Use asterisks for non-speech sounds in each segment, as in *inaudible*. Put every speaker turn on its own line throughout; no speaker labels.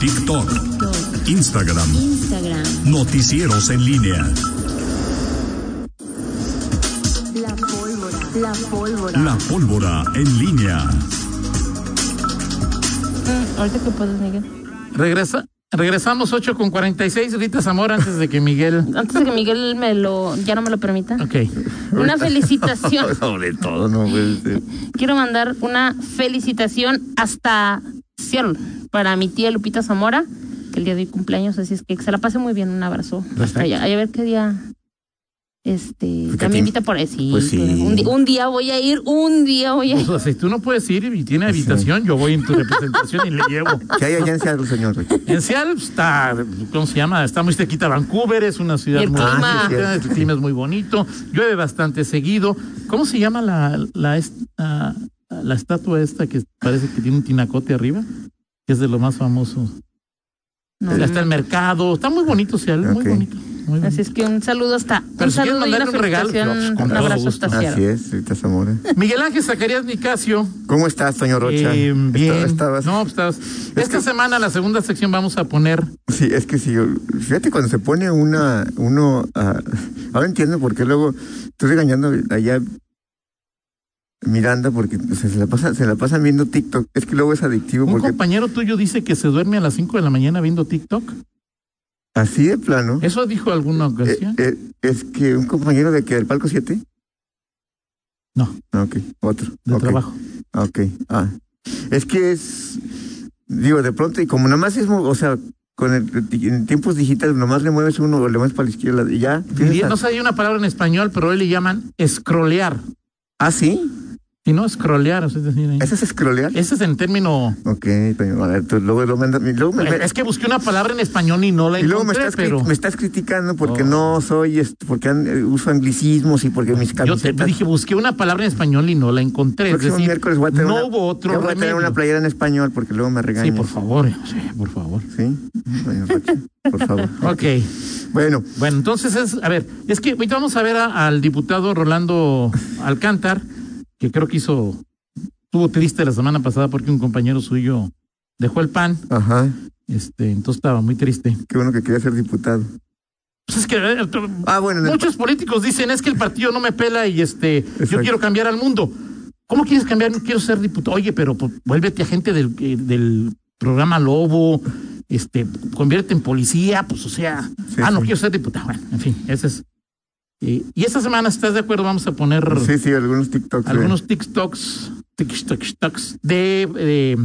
TikTok, Instagram,
Instagram,
noticieros en línea,
la pólvora, la pólvora,
la pólvora en línea.
Ah,
Mm, Ahorita que puedas, Miguel.
Regresa, regresamos 8 con 46. Rita Zamora antes de que Miguel.
Antes de que Miguel me lo, ya no me lo
*laughs*
permita.
Ok.
Una felicitación.
Sobre todo, *laughs* Oh, no puede ser.
Quiero mandar una felicitación hasta Seattle para mi tía Lupita Zamora, que el día de hoy cumpleaños, así es que que se la pase muy bien. Un abrazo.
Perfecto.
Hasta allá. Ay, A ver qué día. Este,
Porque
también
tiene-
invita por ahí. Sí,
pues sí.
Un, di- un día voy a ir, un día voy a
O
ir.
sea, si tú no puedes ir y tiene habitación, yo voy en tu representación y le llevo.
¿Qué hay allá en Seattle, señor?
En Seattle pues, está, ¿cómo se llama? Está muy cerquita Vancouver, es una ciudad
Y el
muy
clima.
bonita, el clima Ah, es muy bonito, llueve bastante seguido. ¿Cómo se llama la, la, esta- la estatua esta que parece que tiene un tinacote arriba? Que es de lo más famoso.
No,
Pues, Está el mercado, está muy bonito Seattle,
Ok.
muy bonito. muy bonito.
Así es que un saludo hasta.
Pero
un
si quieren
saludo y una
mandarle un regalo,
felicitación.
pues, con
un
todo
abrazo
gusto.
hasta Seattle.
Así es, Rita Zamora.
Miguel Ángel Zacarías Nicasio.
¿Cómo estás, señor Rocha?
Eh,
Esta-
bien.
estabas-
No, pues, estabas- Esta semana, la segunda sección, vamos a poner.
Sí, es que sí. yo- Fíjate, cuando se pone una, uno, ah, ahora entiendo por qué luego estoy regañando allá Miranda porque o sea, se la pasa, se la pasan viendo TikTok. Es que luego es adictivo
Un
porque
compañero tuyo dice que se duerme a las 5 de la mañana viendo TikTok.
así de plano.
¿Eso dijo alguna
eh,
ocasión?
eh, es que un compañero de que del palco 7.
No.
Ah, Ok, otro.
de
ok,
trabajo.
ah, Ok, ah. Es que es, digo, de pronto, y como nada más es, mo- o sea, con el, en tiempos digitales, nomás le mueves uno o le mueves para la izquierda y ya. tienes
Diría-
a-
no sé, hay una palabra en español, pero hoy le llaman escrolear.
Ah, sí.
Y no escrolear, o sea, es decir, ahí.
¿Ese es scrollear?
ese es en término.
Ok, pero, a ver, tú luego, luego me andas- y luego me-
Es es que busqué una palabra en español y no la
y luego me
encontré,
estás, cri-
pero
me estás criticando porque
Oh.
no soy, este, porque an- eh, uso anglicismos y porque mis
yo te
camisetas...
dije, busqué una palabra en español y no la encontré. Es
el próximo
decir,
miércoles voy a tener
no
una,
hubo otro
yo voy a tener
remedio.
una playera en español porque luego me
sí,
regañan.
por favor, sí, por favor.
Sí, Doña Rocha, por
*laughs*
favor.
Ok,
Bueno,
bueno, entonces es, a ver, es que ahorita vamos a ver a- al diputado Rolando Alcántar, que creo que hizo, estuvo triste la semana pasada porque un compañero suyo dejó el pan,
ajá,
este, entonces estaba muy triste.
qué bueno que quería ser diputado.
Pues es que eh,
Ah, bueno, en el-
muchos políticos dicen es que el partido no me pela y este yo
Exacto.
quiero cambiar al mundo. ¿Cómo quieres cambiar? No quiero ser diputado. Oye, pero pues, vuélvete agente del, eh, del programa Lobo, este, convierte en policía, pues o sea,
Sí,
ah, no
sí.
quiero ser diputado. Bueno, en fin, ese es. eh, y esta semana, ¿estás de acuerdo? Vamos a poner
sí, sí, algunos TikToks. de-
algunos TikToks, TikToks, TikToks de eh,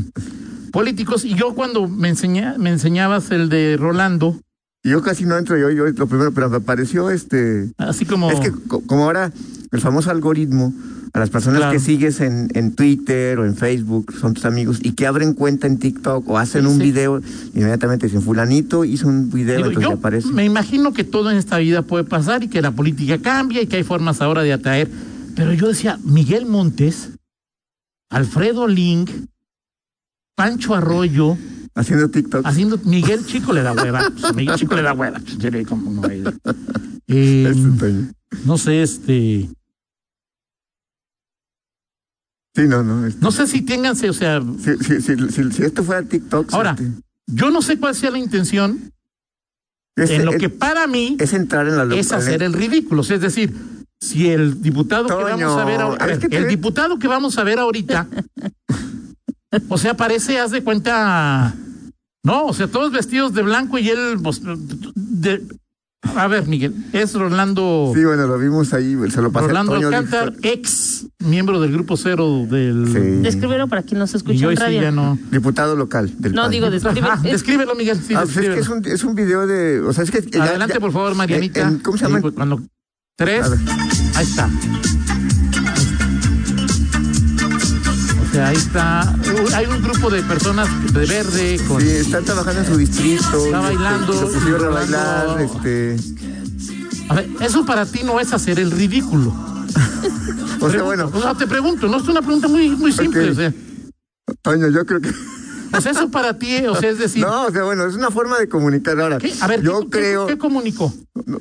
políticos. Y yo cuando me, enseña, me enseñabas el de Rolando,
Yo casi no entro, yo, yo lo primero, pero me apareció este...
así como...
Es que co- como ahora el famoso algoritmo, a las personas
Claro.
que sigues en, en Twitter o en Facebook, son tus amigos, y que abren cuenta en TikTok o hacen
Sí,
un
sí.
video, inmediatamente dicen, fulanito hizo un video,
Digo,
entonces
yo
le aparece.
me imagino que todo en esta vida puede pasar y que la política cambia y que hay formas ahora de atraer. Pero yo decía, Miguel Montes, Alfredo Link, Pancho Arroyo,
Haciendo TikTok.
haciendo Miguel Chico le da hueva. pues, Miguel Chico le da hueva. pues, yo le digo, ¿cómo no va a ir? Eh,
Este, Toño.
no sé, este,
Sí, no, no. este.
no sé si ténganse, o sea,
Si, si, si, si- si esto fuera TikTok,
Ahora,
este,
yo no sé cuál sea la intención.
es,
en lo
es-
que para mí
es entrar en la ¿eh?
es
en-
hacer el ridículo. O sea, es decir, si el diputado que vamos a ver, ahor- a
Toño,
ver,
es que te
el
ves-
diputado que vamos a ver
*laughs*
ahorita, o sea, parece, haz de cuenta, no, o sea, todos vestidos de blanco y él, pues, de- a ver, Miguel, es Rolando,
Sí, bueno, lo vimos ahí, se lo pasé
Rolando
a Toño.
Alcántar,
dijo-
ex miembro del grupo cero del
Sí.
Descríbelo para quien nos
y
escucha
hoy
en
sí ya
radio.
no.
Diputado local del
No,
PAN.
digo, describe.
*laughs*
Ah,
es-
descríbelo, Miguel. sí,
Ah, pues es que
descríbelo.
es un, es un video de. O sea, es que. ya-
Adelante,
ya- Eh,
por favor, Marianita.
en- ¿Cómo se
Sí,
llama?
pues, cuando- tres.
A ver.
Ahí está. O sea, ahí está. Uh, Hay un grupo de personas de verde con.
Sí, están trabajando en su distrito.
Está bailando,
este, se pusieron a bailar,
bailando.
este.
A ver, eso para ti no es hacer el ridículo.
O sea,
Pregunto,
bueno,
o sea, te pregunto, no es una pregunta muy, muy simple.
Ok.
O, sea,
Toño, yo creo que.
o sea, eso para ti, o sea, es decir.
No, o sea, bueno, es una forma de comunicar ahora.
¿qué? A ver,
yo
¿qué, qué-
creo.
¿qué, comunicó?
*laughs*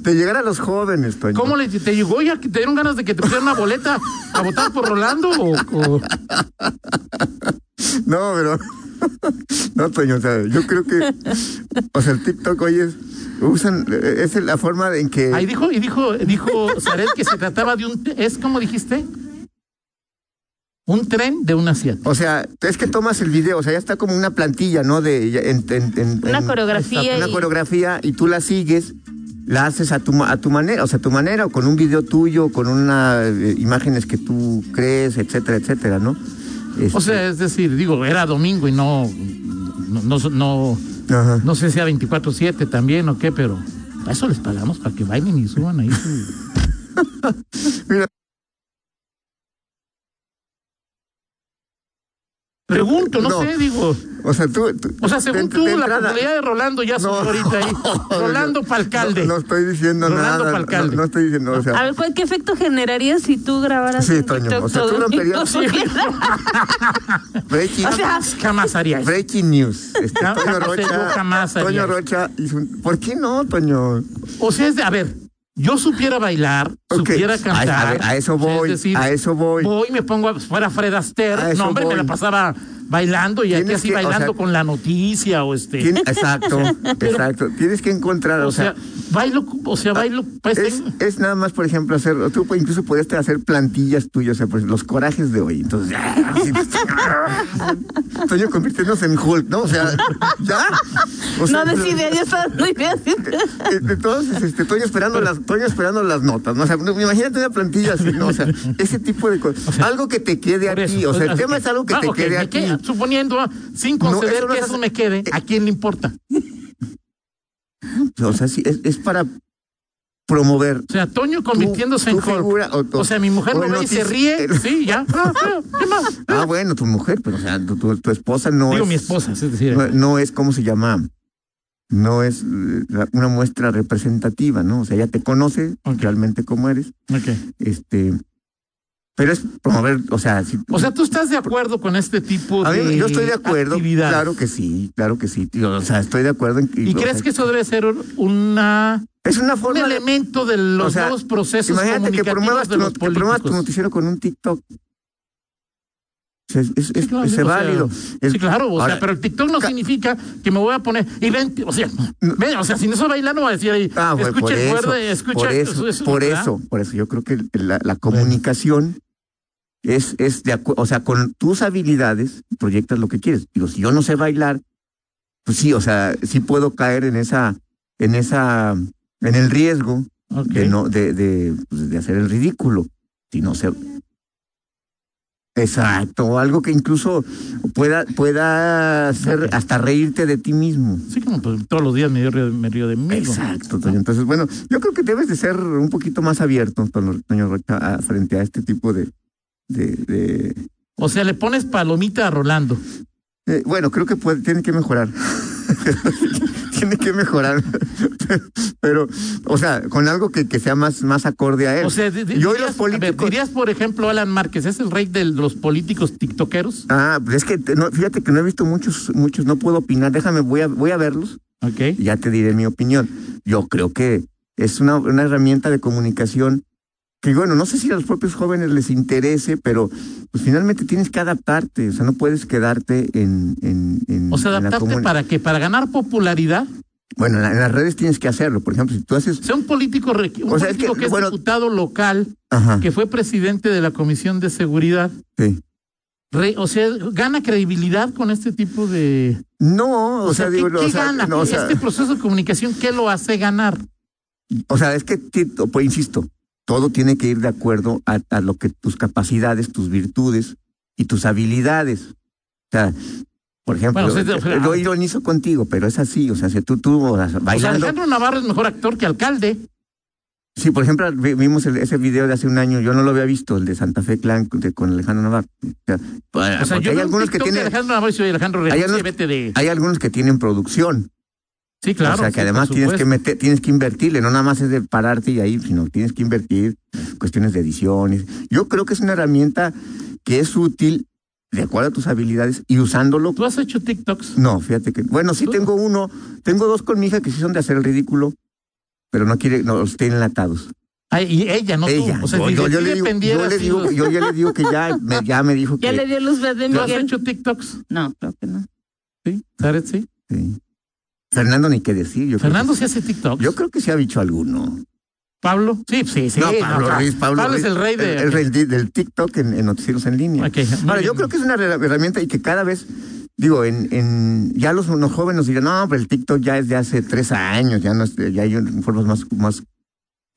de llegar a los jóvenes, Toño.
¿Cómo le, te llegó ya que te dieron ganas de que te pusieran una boleta a votar por Rolando? O, o-
No, pero. *laughs* No, Toño, o sea, yo creo que. O sea, el TikTok hoy es. Usan. e, Es la forma en que.
Ahí dijo, y dijo, dijo Zaret que se trataba de un. ¿Es como dijiste? Un tren de una siete.
O sea, es que tomas el video, o sea, ya está como una plantilla, ¿no? De, ya- en- en- en-
Una
en-
coreografía
Una
y-
coreografía y tú la sigues, la haces a tu, ma- a tu manera, o sea, a tu manera, o con un video tuyo, con unas imágenes que tú crees, etcétera, etcétera, ¿no?
O sea, es decir, digo, era domingo y no. No, no, no,
Este, Ajá.
no sé si a 24-7 también o qué, pero. Para eso les pagamos, para que bailen y suban ahí su-
*laughs* Mira,
Pregunto, no,
No.
sé, digo.
o sea, tú. tú-
O sea, según
de-
tú,
de
la
entrada-
popularidad de Rolando ya
No.
subió ahorita ahí. Rolando
*laughs* No,
Palcalde.
No, estoy diciendo
Rolando
nada.
Palcalde.
No, no estoy diciendo, o
A
sea.
ver, ¿cuál- ¿qué efecto generaría si tú grabaras
Sí,
un
Toño,
TikTok
o sea, tú
todo el
romperías-
tiempo? *laughs*
Breaking,
O sea,
Jamás haría eso.
breaking news. Este,
Jamás,
Toño
yo
Rocha.
jamás haría
Toño
eso.
Rocha hizo un- ¿Por qué no, Toño?
O sea, es de, a ver, yo supiera bailar,
Ok.
supiera
A-
cantar.
a ver, a eso
o sea,
voy, a eso voy.
Voy, me pongo, a- fuera Fred
A
Astaire,
eso
no, hombre,
voy.
me la pasaba bailando y aquí
Tienes
así
que, o
bailando
sea,
con la noticia o este.
Tien-
*laughs*
exacto, exacto. Tienes que encontrar,
o sea, bailo, o sea, bailo, pues,
ah, es,
tengo-
es nada más, por ejemplo, hacer, tú pu- incluso podrías hacer plantillas tuyas, o sea, pues, los corajes de hoy. Entonces, ya, así, pues, Toño convirtiéndose en Hulk, ¿no? O sea, ya. O sea,
No decide, yo estaba muy
*laughs*
bien.
eh, Entonces, este, Toño esperando las, Toño esperando las notas, ¿no? O sea, no, imagínate una plantilla así, ¿no? O sea, ese tipo de cosas. algo que te quede
por
aquí
eso.
O sea, el
Así
tema es algo que
Ah,
te
ok,
quede
me
aquí
queda, Suponiendo, ah, sin
No,
conceder
eso
que
no es eh,
eso
así.
me quede, ¿a quién le importa?
O sea, sí, es, es para promover
O sea, Toño convirtiéndose
tu
en Hulk.
figura o tu-
o sea, mi mujer
o
me
el
ve y se
notici-
ríe.
el-
Sí, ya. Ah, ah, ¿Qué más?
Ah, bueno, tu mujer, pero o sea, tu, tu- tu esposa *laughs* no
Digo,
es.
mi esposa, es decir.
No, no es, ¿cómo se llama? No es eh, la- una muestra representativa, ¿no? O sea, ella te conoce
Ok.
realmente cómo eres.
ok.
Este. Pero es promover, o sea, si-
O sea, ¿tú estás de acuerdo con este tipo
a
de
mí- yo estoy de acuerdo.
actividades?
Claro que sí, claro que sí. tío, o sea, estoy de acuerdo en que.
¿Y
o
crees
sea,
que eso debe ser una,
es una
un
forma de-
elemento de los
o sea,
nuevos procesos
Imagínate que
comunicativos
promuevas,
de
tu,
los
not- que promuevas tu
políticos?
noticiero con un TikTok. O sea, es, es- es-
claro,
es
o sea,
válido. Es-
Sí, claro, o sea,
Ahora,
pero el TikTok no
ca-
significa que me voy a poner y ven, o sea, ven, o sea, si no soy bailar no va a decir ahí,
Ah, bueno,
escucha
por
el
eso,
cuerde, escucha
por eso, por
¿verdad?
eso, por eso. Yo creo que la, la comunicación es, es de acu- o sea, con tus habilidades proyectas lo que quieres. Digo, si yo no sé bailar, pues sí, o sea, sí puedo caer en esa, en esa, en el riesgo
Ok.
de no, de, de, pues, de hacer el ridículo, si no sé. Exacto, algo que incluso pueda, pueda hacer hasta reírte de ti mismo.
Sí, como pues, todos los días me río, me río de mí. ¿no?
Exacto, Toño. Entonces, bueno, yo creo que debes de ser un poquito más abierto, Toño Toño Rocha, a- frente a este tipo de... de, de-
O sea, le pones palomita a Rolando.
eh, bueno, creo que puede- tiene que mejorar. *laughs* tiene que mejorar. Pero, o sea, con algo que, que sea más, más acorde a él.
O sea, di- di-
y hoy
dirías-
los
a ver,
políticos...
dirías, por ejemplo, Alan Márquez, ¿es el rey de los políticos tiktokeros?
Ah, pues es que te- no, fíjate que no he visto muchos, muchos, no puedo opinar. Déjame, voy a, voy a verlos.
Ok.
ya te diré mi opinión. Yo creo que es una, una herramienta de comunicación que, bueno, no sé si a los propios jóvenes les interese, pero pues, finalmente tienes que adaptarte, o sea, no puedes quedarte en... en, en-
O sea,
en la
adaptarte
comuni-
para que para ganar popularidad,
Bueno, en, la- en las redes tienes que hacerlo, por ejemplo, si tú haces...
sea un político, re- un
O sea, es
político
que,
que, es
bueno-
diputado local,
Ajá,
que fue presidente de la Comisión de Seguridad,
sí.
re- o sea, gana credibilidad con este tipo de...
No, o, sea,
¿qué-
digo,
¿qué,
no, o sea,
gana?
no, o sea,
este proceso de comunicación, ¿qué lo hace ganar?
O sea, es que, ti- o, pues, insisto, todo tiene que ir de acuerdo a, a lo que tus capacidades, tus virtudes y tus habilidades. O sea, por ejemplo,
Bueno, o sea,
eh, yo ironizo contigo, pero es así. O sea, si tú, tú o sea,
O sea,
bailando.
Alejandro Navarro es mejor actor que alcalde.
sí, por ejemplo, vi- vimos el- ese video de hace un año, yo no lo había visto, el de Santa Fe Clan con- de- con Alejandro Navarro. O sea,
O sea,
porque
yo
hay
veo un
algunos que
TikTok de
tienen,
Alejandro Navarro y soy Alejandro
Hay
Renuncia,
unos-
vete de...
hay algunos que tienen producción.
Sí, claro.
o sea,
sí,
que
por
además tienes que
supuesto.
meter, tienes que invertirle, no nada más es de pararte y ahí, sino tienes que invertir cuestiones de ediciones. Yo creo que es una herramienta que es útil de acuerdo a tus habilidades y usándolo.
¿Tú has hecho TikToks?
No, fíjate que. Bueno, sí
¿Tú?
tengo uno, tengo dos con mi hija que sí son de hacer el ridículo, pero no quiere, no los tienen latados.
Ay, Ah, y ella, no
Ella.
tú. O sea,
yo,
si
yo
de ti
le digo, yo
dependiera,
le
sí,
digo,
los- *laughs*
yo ya le digo que ya me, ya me dijo
Ya le
que.
dio luz verde,
¿Tú has
Miguel.
hecho TikToks?
No, creo que no.
Sí.
Zaret, sí.
sí. Fernando ni qué decir. Yo
Fernando
creo
sí
que,
hace TikTok.
Yo creo que sí ha dicho alguno.
Pablo. Sí, sí, sí.
no, Pablo
pa-
Ruiz, Pablo,
es
Ruiz,
el rey de.
el- el rey de- del TikTok en, en noticieros en línea.
Ok, muy
Ahora, yo
bien.
creo que es una re- herramienta y que cada vez, digo, en, en ya los, los jóvenes nos dirán, no, pero el TikTok ya es de hace tres años, ya, no es- ya hay un- formas más, más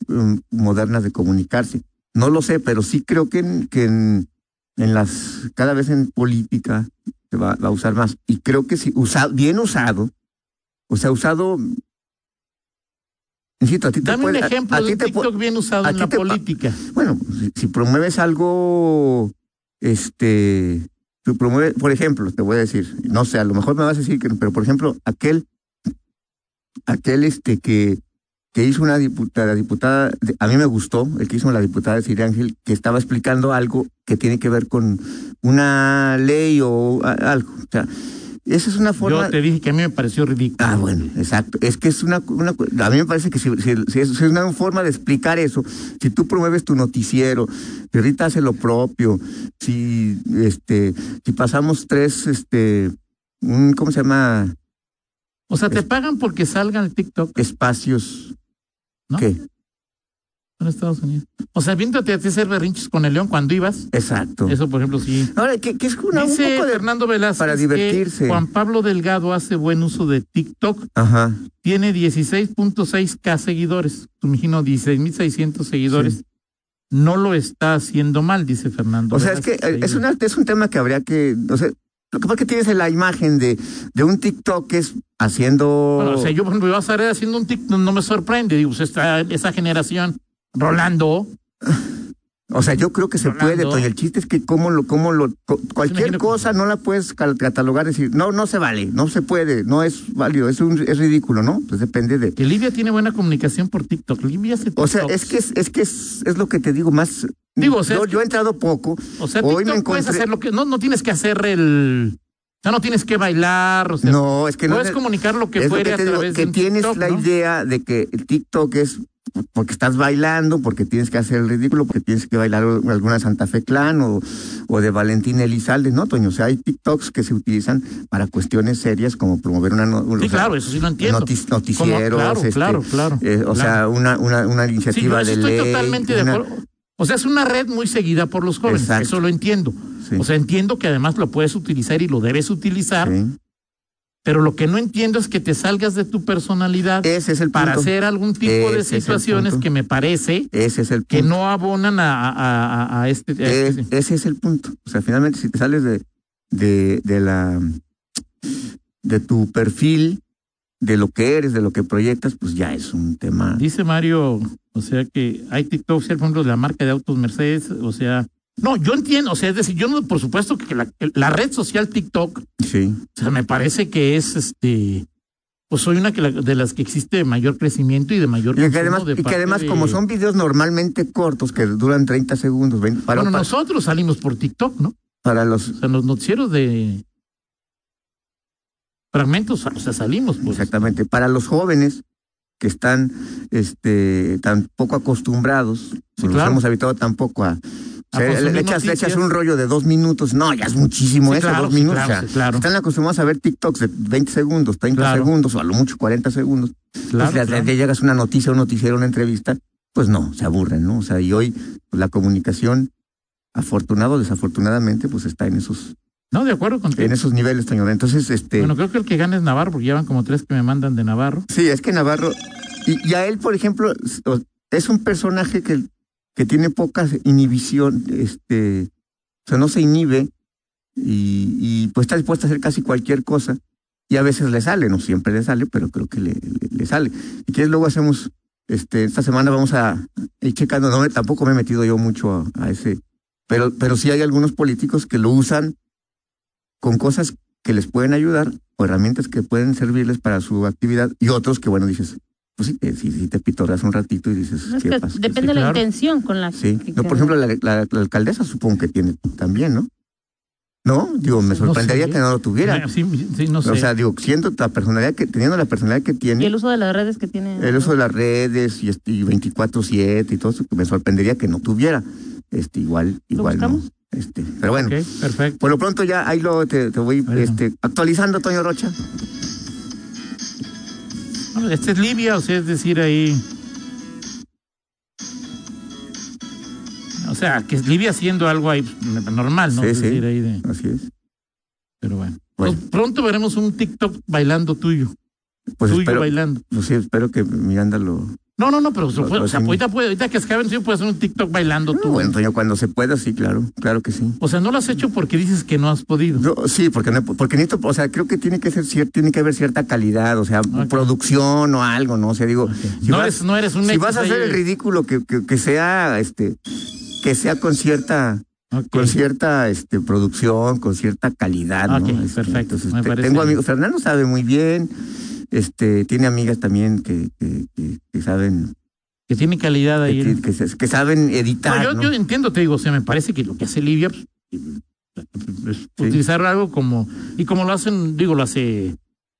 um, modernas de comunicarse. No lo sé, pero sí creo que en, que en, en las, cada vez en política se va, va a usar más. Y creo que si usado, bien usado, o sea, usado, insisto, a ti te
Dame
puede-
un
a-
ejemplo
a
de
ti
un
te pu-
TikTok bien usado
a
en
ti
la
te pa-
política.
bueno, si, si promueves algo, este, tú promueves, por ejemplo, te voy a decir, no sé, a lo mejor me vas a decir que, no, pero por ejemplo, aquel, aquel este que, que hizo una diputada, la diputada, de- a mí me gustó, el que hizo la diputada de Siri Ángel, que estaba explicando algo que tiene que ver con una ley o a- algo. O sea, esa es una forma.
Yo te dije que a mí me pareció ridículo.
Ah, bueno, exacto. Es que es una, una cu- a mí me parece que si, si- si es, si es una forma de explicar eso, si tú promueves tu noticiero, si Rita hace lo propio, si este, si pasamos tres, este, un, ¿cómo se llama?
O sea, te pagan porque salgan el TikTok
Espacios.
¿No?
¿Qué?
en Estados Unidos. O sea, viéndote a ti hacer berrinches con el león cuando ibas.
Exacto.
Eso, por ejemplo, sí.
Ahora, que, que es una, un
Dice
poco de
Fernando Velázquez
para
que
divertirse.
Juan Pablo Delgado hace buen uso de TikTok.
Ajá.
Tiene 16.6k seguidores. Me Imagino 16.600 seguidores. No lo está haciendo mal, dice Fernando.
O sea, es que
Velázquez.
eh, es, una, es un tema que habría que, o sea, lo que pasa es que tienes la imagen de, de un TikTok que es haciendo.
Bueno, o sea, yo por ejemplo, iba a estar haciendo un TikTok, no me sorprende. Digo, pues, esta, esa generación, Rolando,
O sea, yo creo que se
Rolando.
puede, Toño. El chiste es que cómo lo, cómo lo, co- cualquier
imagino que-
cosa no la puedes cal- catalogar, decir, no, no se vale, no se puede, no es válido, es un, es ridículo, ¿no? Pues depende de.
que Livia tiene buena comunicación por TikTok. Livia se
O sea, es que es, es que es, es lo que te digo más.
pues Digo, o sea,
yo,
es que-
yo he entrado poco.
O sea,
hoy
TikTok
me
puedes
encontré-
hacer lo que. No, no tienes que hacer el. O sea, no tienes que bailar. O sea,
no, es que no.
puedes
es-
comunicar lo que
es lo
fuere
que te
a
digo,
través
que
de un
tienes
TikTok,
la
¿no?
idea de que el TikTok es porque estás bailando, porque tienes que hacer el ridículo, porque tienes que bailar alguna Santa Fe Clan o, o de Valentín Elizalde, ¿no, Toño? O sea, hay TikToks que se utilizan para cuestiones serias como promover una... no- o
Sí,
sea,
claro, eso sí lo entiendo.
notic-
Como-
noticieros,
Claro,
este,
claro, claro.
eh, o
claro.
sea, una, una, una
Sí, yo
iniciativa
eso
de
estoy
ley.
totalmente de
una-
acuerdo. O sea, es una red muy seguida por los jóvenes,
Exacto.
eso lo entiendo.
Sí.
O sea, entiendo que además lo puedes utilizar y lo debes utilizar,
Sí.
pero lo que no entiendo es que te salgas de tu personalidad
Ese es el
para
Eh, punto.
hacer algún tipo
Ese
de
es el
situaciones
punto. Mm.
que me parece
Ese es el punto.
que no abonan a, a- a- a este. a
Es-
este-
Ese es el punto. O sea, finalmente, si te sales de, de, de la de tu perfil, de lo que eres, de lo que proyectas, pues ya es un tema.
Dice Mario, o sea que hay TikTok, oficial, por ejemplo, de la marca de autos Mercedes, o sea. No, yo entiendo, o sea, es decir, yo no, por supuesto que la, la red social TikTok, o
Sí.
sea, me parece que es este. Pues soy una que la- de las que existe de mayor crecimiento y de mayor.
Y que
consumo
además,
de
y que
parte
además
de-
como son videos normalmente cortos, que duran 30 segundos, 20, para,
Bueno,
para,
nosotros salimos por TikTok, ¿no?
para los...
O sea, los noticieros de. Fragmentos, o sea, salimos pues. por.
Exactamente, para los jóvenes que están este tan poco acostumbrados,
Sí,
nos
claro.
hemos habitado tampoco a... o sea, le,
consumir
le echas, le echas
noticias.
un rollo de dos minutos, no, ya es muchísimo
Sí,
eso,
claro,
dos
sí,
minutos.
claro,
o sea,
sí, claro.
Están acostumbrados a ver TikToks de 20 segundos, 30
Claro.
segundos, o a lo mucho 40 segundos.
Claro,
Entonces, le-
claro.
le llegas una noticia, un noticiero, una entrevista, pues no, se aburren, ¿no? O sea, y hoy pues, la comunicación, afortunado o desafortunadamente, pues está en esos,
No, de acuerdo contigo.
en esos niveles, Toño. Entonces, este.
Bueno, creo que el que gana es Navarro, porque llevan como tres que me mandan de Navarro.
Sí, es que Navarro, y, y a él, por ejemplo, s- o- es un personaje que, que tiene poca inhibición, este, o sea, no se inhibe y, y pues está dispuesto a hacer casi cualquier cosa. Y a veces le sale, no siempre le sale, pero creo que le, le, le sale. Y que luego hacemos, este, esta semana vamos a ir checando, no, me- tampoco me he metido yo mucho a, a ese, pero, pero sí hay algunos políticos que lo usan con cosas que les pueden ayudar o herramientas que pueden servirles para su actividad y otros que, bueno, dices, pues sí, eh, sí, sí te pitoras un ratito y dices,
No, es
¿qué
que
pasa?
sí,
depende de la
claro.
intención con la
Sí,
que-
no, por
que-
ejemplo, la, la- la alcaldesa supongo que tiene también, ¿no? No, digo, me
No
sorprendería
sé.
que no lo tuviera.
Bueno, Sí, sí, no sé.
O sea, digo, siendo la personalidad que, teniendo la personalidad
Y
que
el
tiene,
uso de las redes que tiene.
el uso de las redes y, este, y 24-7 y todo eso, que me sorprendería que no tuviera. Este, igual,
¿Lo
igual no.
buscamos?
Este, pero bueno,
Ok, perfecto.
por lo pronto ya ahí lo te, te voy
Bueno.
este, actualizando, Toño Rocha.
No, Este es Libia, o sea, es decir, ahí. O sea, que es Libia haciendo algo ahí pues, normal, ¿no?
Sí,
Es
sí.
decir, ahí de-
Así es.
Pero bueno.
Bueno.
Pues pronto veremos un TikTok bailando tuyo.
Pues
tuyo
espero,
bailando.
pues sí, espero que Miranda lo.
No, no, no, pero se
Lo-
puede-
lo
o sea,
hacen-
ahorita, puede, ahorita que escaben, sí puede hacer un TikTok bailando tú.
pues Ah, Bueno, Toño, cuando se pueda, sí, claro, claro que sí.
O sea, no lo has hecho porque dices que no has podido.
No, sí, porque no, he pu- porque necesito, o sea, creo que tiene que ser cier- tiene que haber cierta calidad, o sea,
Ok.
producción o algo, ¿no? O sea, digo,
no, eres, no eres un
si
X
vas a
ahí
hacer el
de-
ridículo que, que, que sea este que sea con cierta
Ok.
con cierta este producción con cierta calidad ¿no?
Ok,
Este,
perfecto, me
te-
parece
tengo
bien.
amigos Fernando sabe muy bien este tiene amigas también que que, que- que saben
Que tiene calidad ahí.
que,
¿no?
ti- que se- que saben editar
No, yo,
¿no?
yo entiendo, te digo, o sea, me parece que lo que hace Libia pues, es utilizar algo como. Y como lo hacen, digo, lo hace. eh,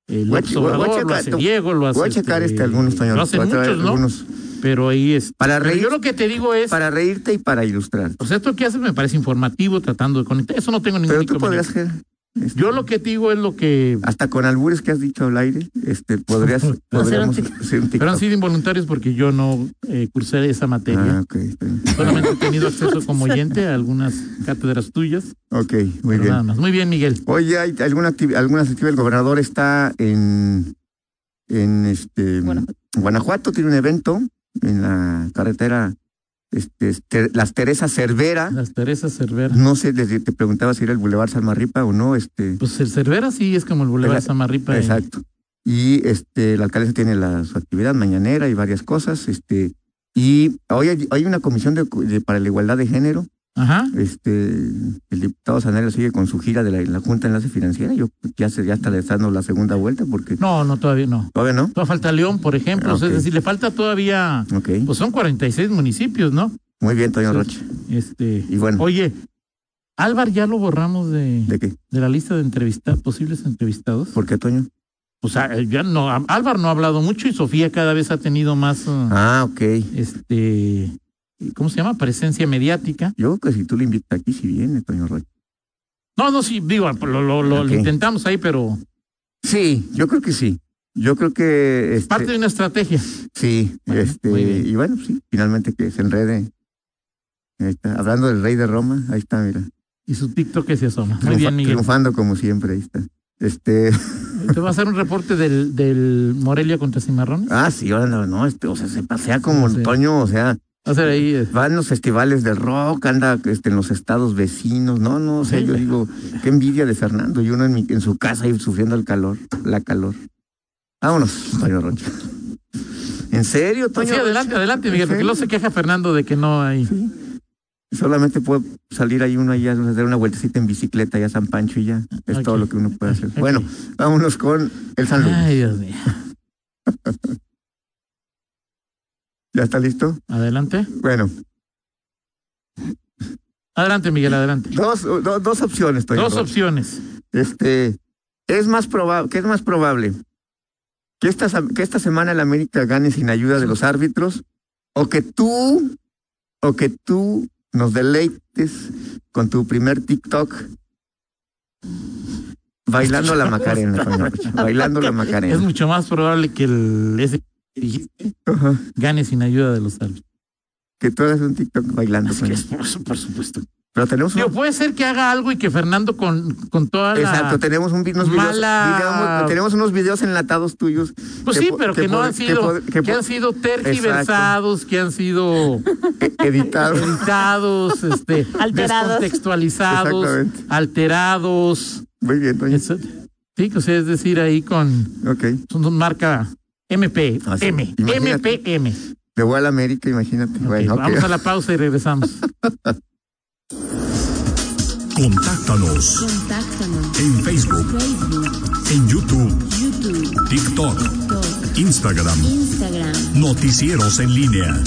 El
Voy a che- voy a
lo
checar,
hace
te-
Diego, lo hace.
voy a checar este, algunos Toño,
Lo hacen
voy a traer
muchos, ¿no?
algunos
Pero ahí es.
Para
pero
reír-
Yo lo que te digo es.
para reírte y para ilustrar
O sea, esto que haces me parece informativo, tratando de conectar. Eso no tengo ningún
pero tú podrías
inconveniente.
hacer este,
Yo lo que te digo es lo que.
hasta con albures que has dicho al aire este podrías podríamos
tic-
hacer un
Pero han
TikTok.
sido involuntarios porque yo no eh, cursé esa
ah,
materia.
ok, está bien.
Solamente he tenido acceso
*laughs*
como oyente a algunas cátedras tuyas.
Ok, muy
pero
bien
nada más. Muy bien, Miguel.
Oye, hay alguna actividad, algunas actividades. El gobernador está en, en este
Guanajuato.
Guanajuato, tiene un evento en la carretera este, este, Las Teresa Cervera.
Las Teresa Cervera.
No sé, desde te preguntaba si era el Boulevard Salmarripa o no, este,
Pues el Cervera sí es como el Boulevard
Exacto,
Samarripa. en-
exacto. Y este, la alcaldesa tiene la, su actividad mañanera y varias cosas, este, y hoy hay, hay una comisión de, de- para la igualdad de género,
Ajá.
este, el diputado Sanabria sigue con su gira de la, la Junta de Enlace Financiera, yo ya se, ya está le está dando la segunda vuelta porque
No, no, todavía no.
¿Todavía no?
Todavía falta León, por ejemplo.
Ah,
o sea,
ok.
Es decir, le falta todavía.
Ok.
Pues son 46 municipios, ¿no?
Muy bien, Toño
Sí.
Rocha.
Este.
Y bueno,
Oye, Álvar ya lo borramos de,
¿de qué?
de la lista de entrevista, posibles entrevistados.
¿Por qué, Toño?
O sea, eh, ya no. a- Álvar no ha hablado mucho y Sofía cada vez ha tenido más. uh,
Ah, ok.
Este. ¿Cómo se llama? Presencia mediática.
Yo creo que si tú le invitas aquí, si viene, Toño Rocha.
No, no, sí, digo, lo, lo, lo- lo
Ok.
intentamos ahí, pero
Sí, yo creo que sí. Yo creo que. Este,
parte de una estrategia.
Sí,
Bueno,
este.
muy bien.
Y bueno, sí, finalmente que se enrede. Ahí está. Hablando del rey de Roma, ahí está, mira.
Y su TikTok que se asoma. Muy
Triunfa-
bien, Miguel.
Triunfando como siempre, ahí está. Este. *laughs*
Te va a hacer un reporte del, del Morelia contra Cimarrones.
Ah, sí, ahora no, no, este, o sea, se pasea como
Sí.
Toño, o sea,
Va a ser ahí. eh,
va en los festivales de rock, anda este, en los estados vecinos, no, no, o sea,
Sí.
yo digo, qué envidia de Fernando, y uno en, mi- en su casa ahí sufriendo el calor, la calor. Vámonos, Toño Rocha. ¿En serio, Toño?
Pues Sí,
Rocha?
adelante, adelante, Miguel,
¿En
porque
serio?
luego se queja Fernando de que no hay.
Solamente puede salir ahí uno allá, dar una vueltecita en bicicleta allá a San Pancho y ya. Es
Ok.
todo lo que uno puede hacer.
Ok.
Bueno, vámonos con el San Luis.
Ay, Dios mío.
¿Ya está listo?
Adelante.
Bueno,
Adelante, Miguel, adelante.
dos, do- dos opciones, Toño
Dos
Rocha.
opciones.
Este, es más probable, ¿qué es más probable? ¿Que esta, sam- que esta semana el América gane sin ayuda de los árbitros? ¿O que tú, o que tú nos deleites con tu primer TikTok bailando la Macarena, Toño
*laughs*
Rocha, bailando la
Es
Macarena?
mucho más probable que el ese que dijiste
Ajá.
gane sin ayuda de los árbitros.
Que tú hagas un TikTok bailando,
Así que
Toño.
es por, su- por supuesto.
Pero tenemos
Digo,
un,
puede ser que haga algo y que Fernando con, con toda la.
exacto, tenemos un, vi- unos videos,
mala-
videos- tenemos unos videos enlatados tuyos.
Pues
que
sí,
po-
pero que, no
pod-
han sido,
pod-
que,
que
han
pod-
sido tergiversados, que han sido
editados.
*laughs* editados, este,
Alterados.
descontextualizados,
Exactamente.
alterados,
Muy bien, Toño.
eso- sí, o sea, es decir, ahí con
Ok.
son son marca MP,
Ah, sí.
M,
Imagínate.
MPM.
Me voy a la América, imagínate.
Ok,
bueno, ok.
Vamos a la pausa y
*laughs*
regresamos.
Contáctanos
Contáctanos.
en Facebook,
Facebook,
en YouTube,
YouTube,
TikTok,
TikTok,
Instagram.
Instagram.
Noticieros en línea.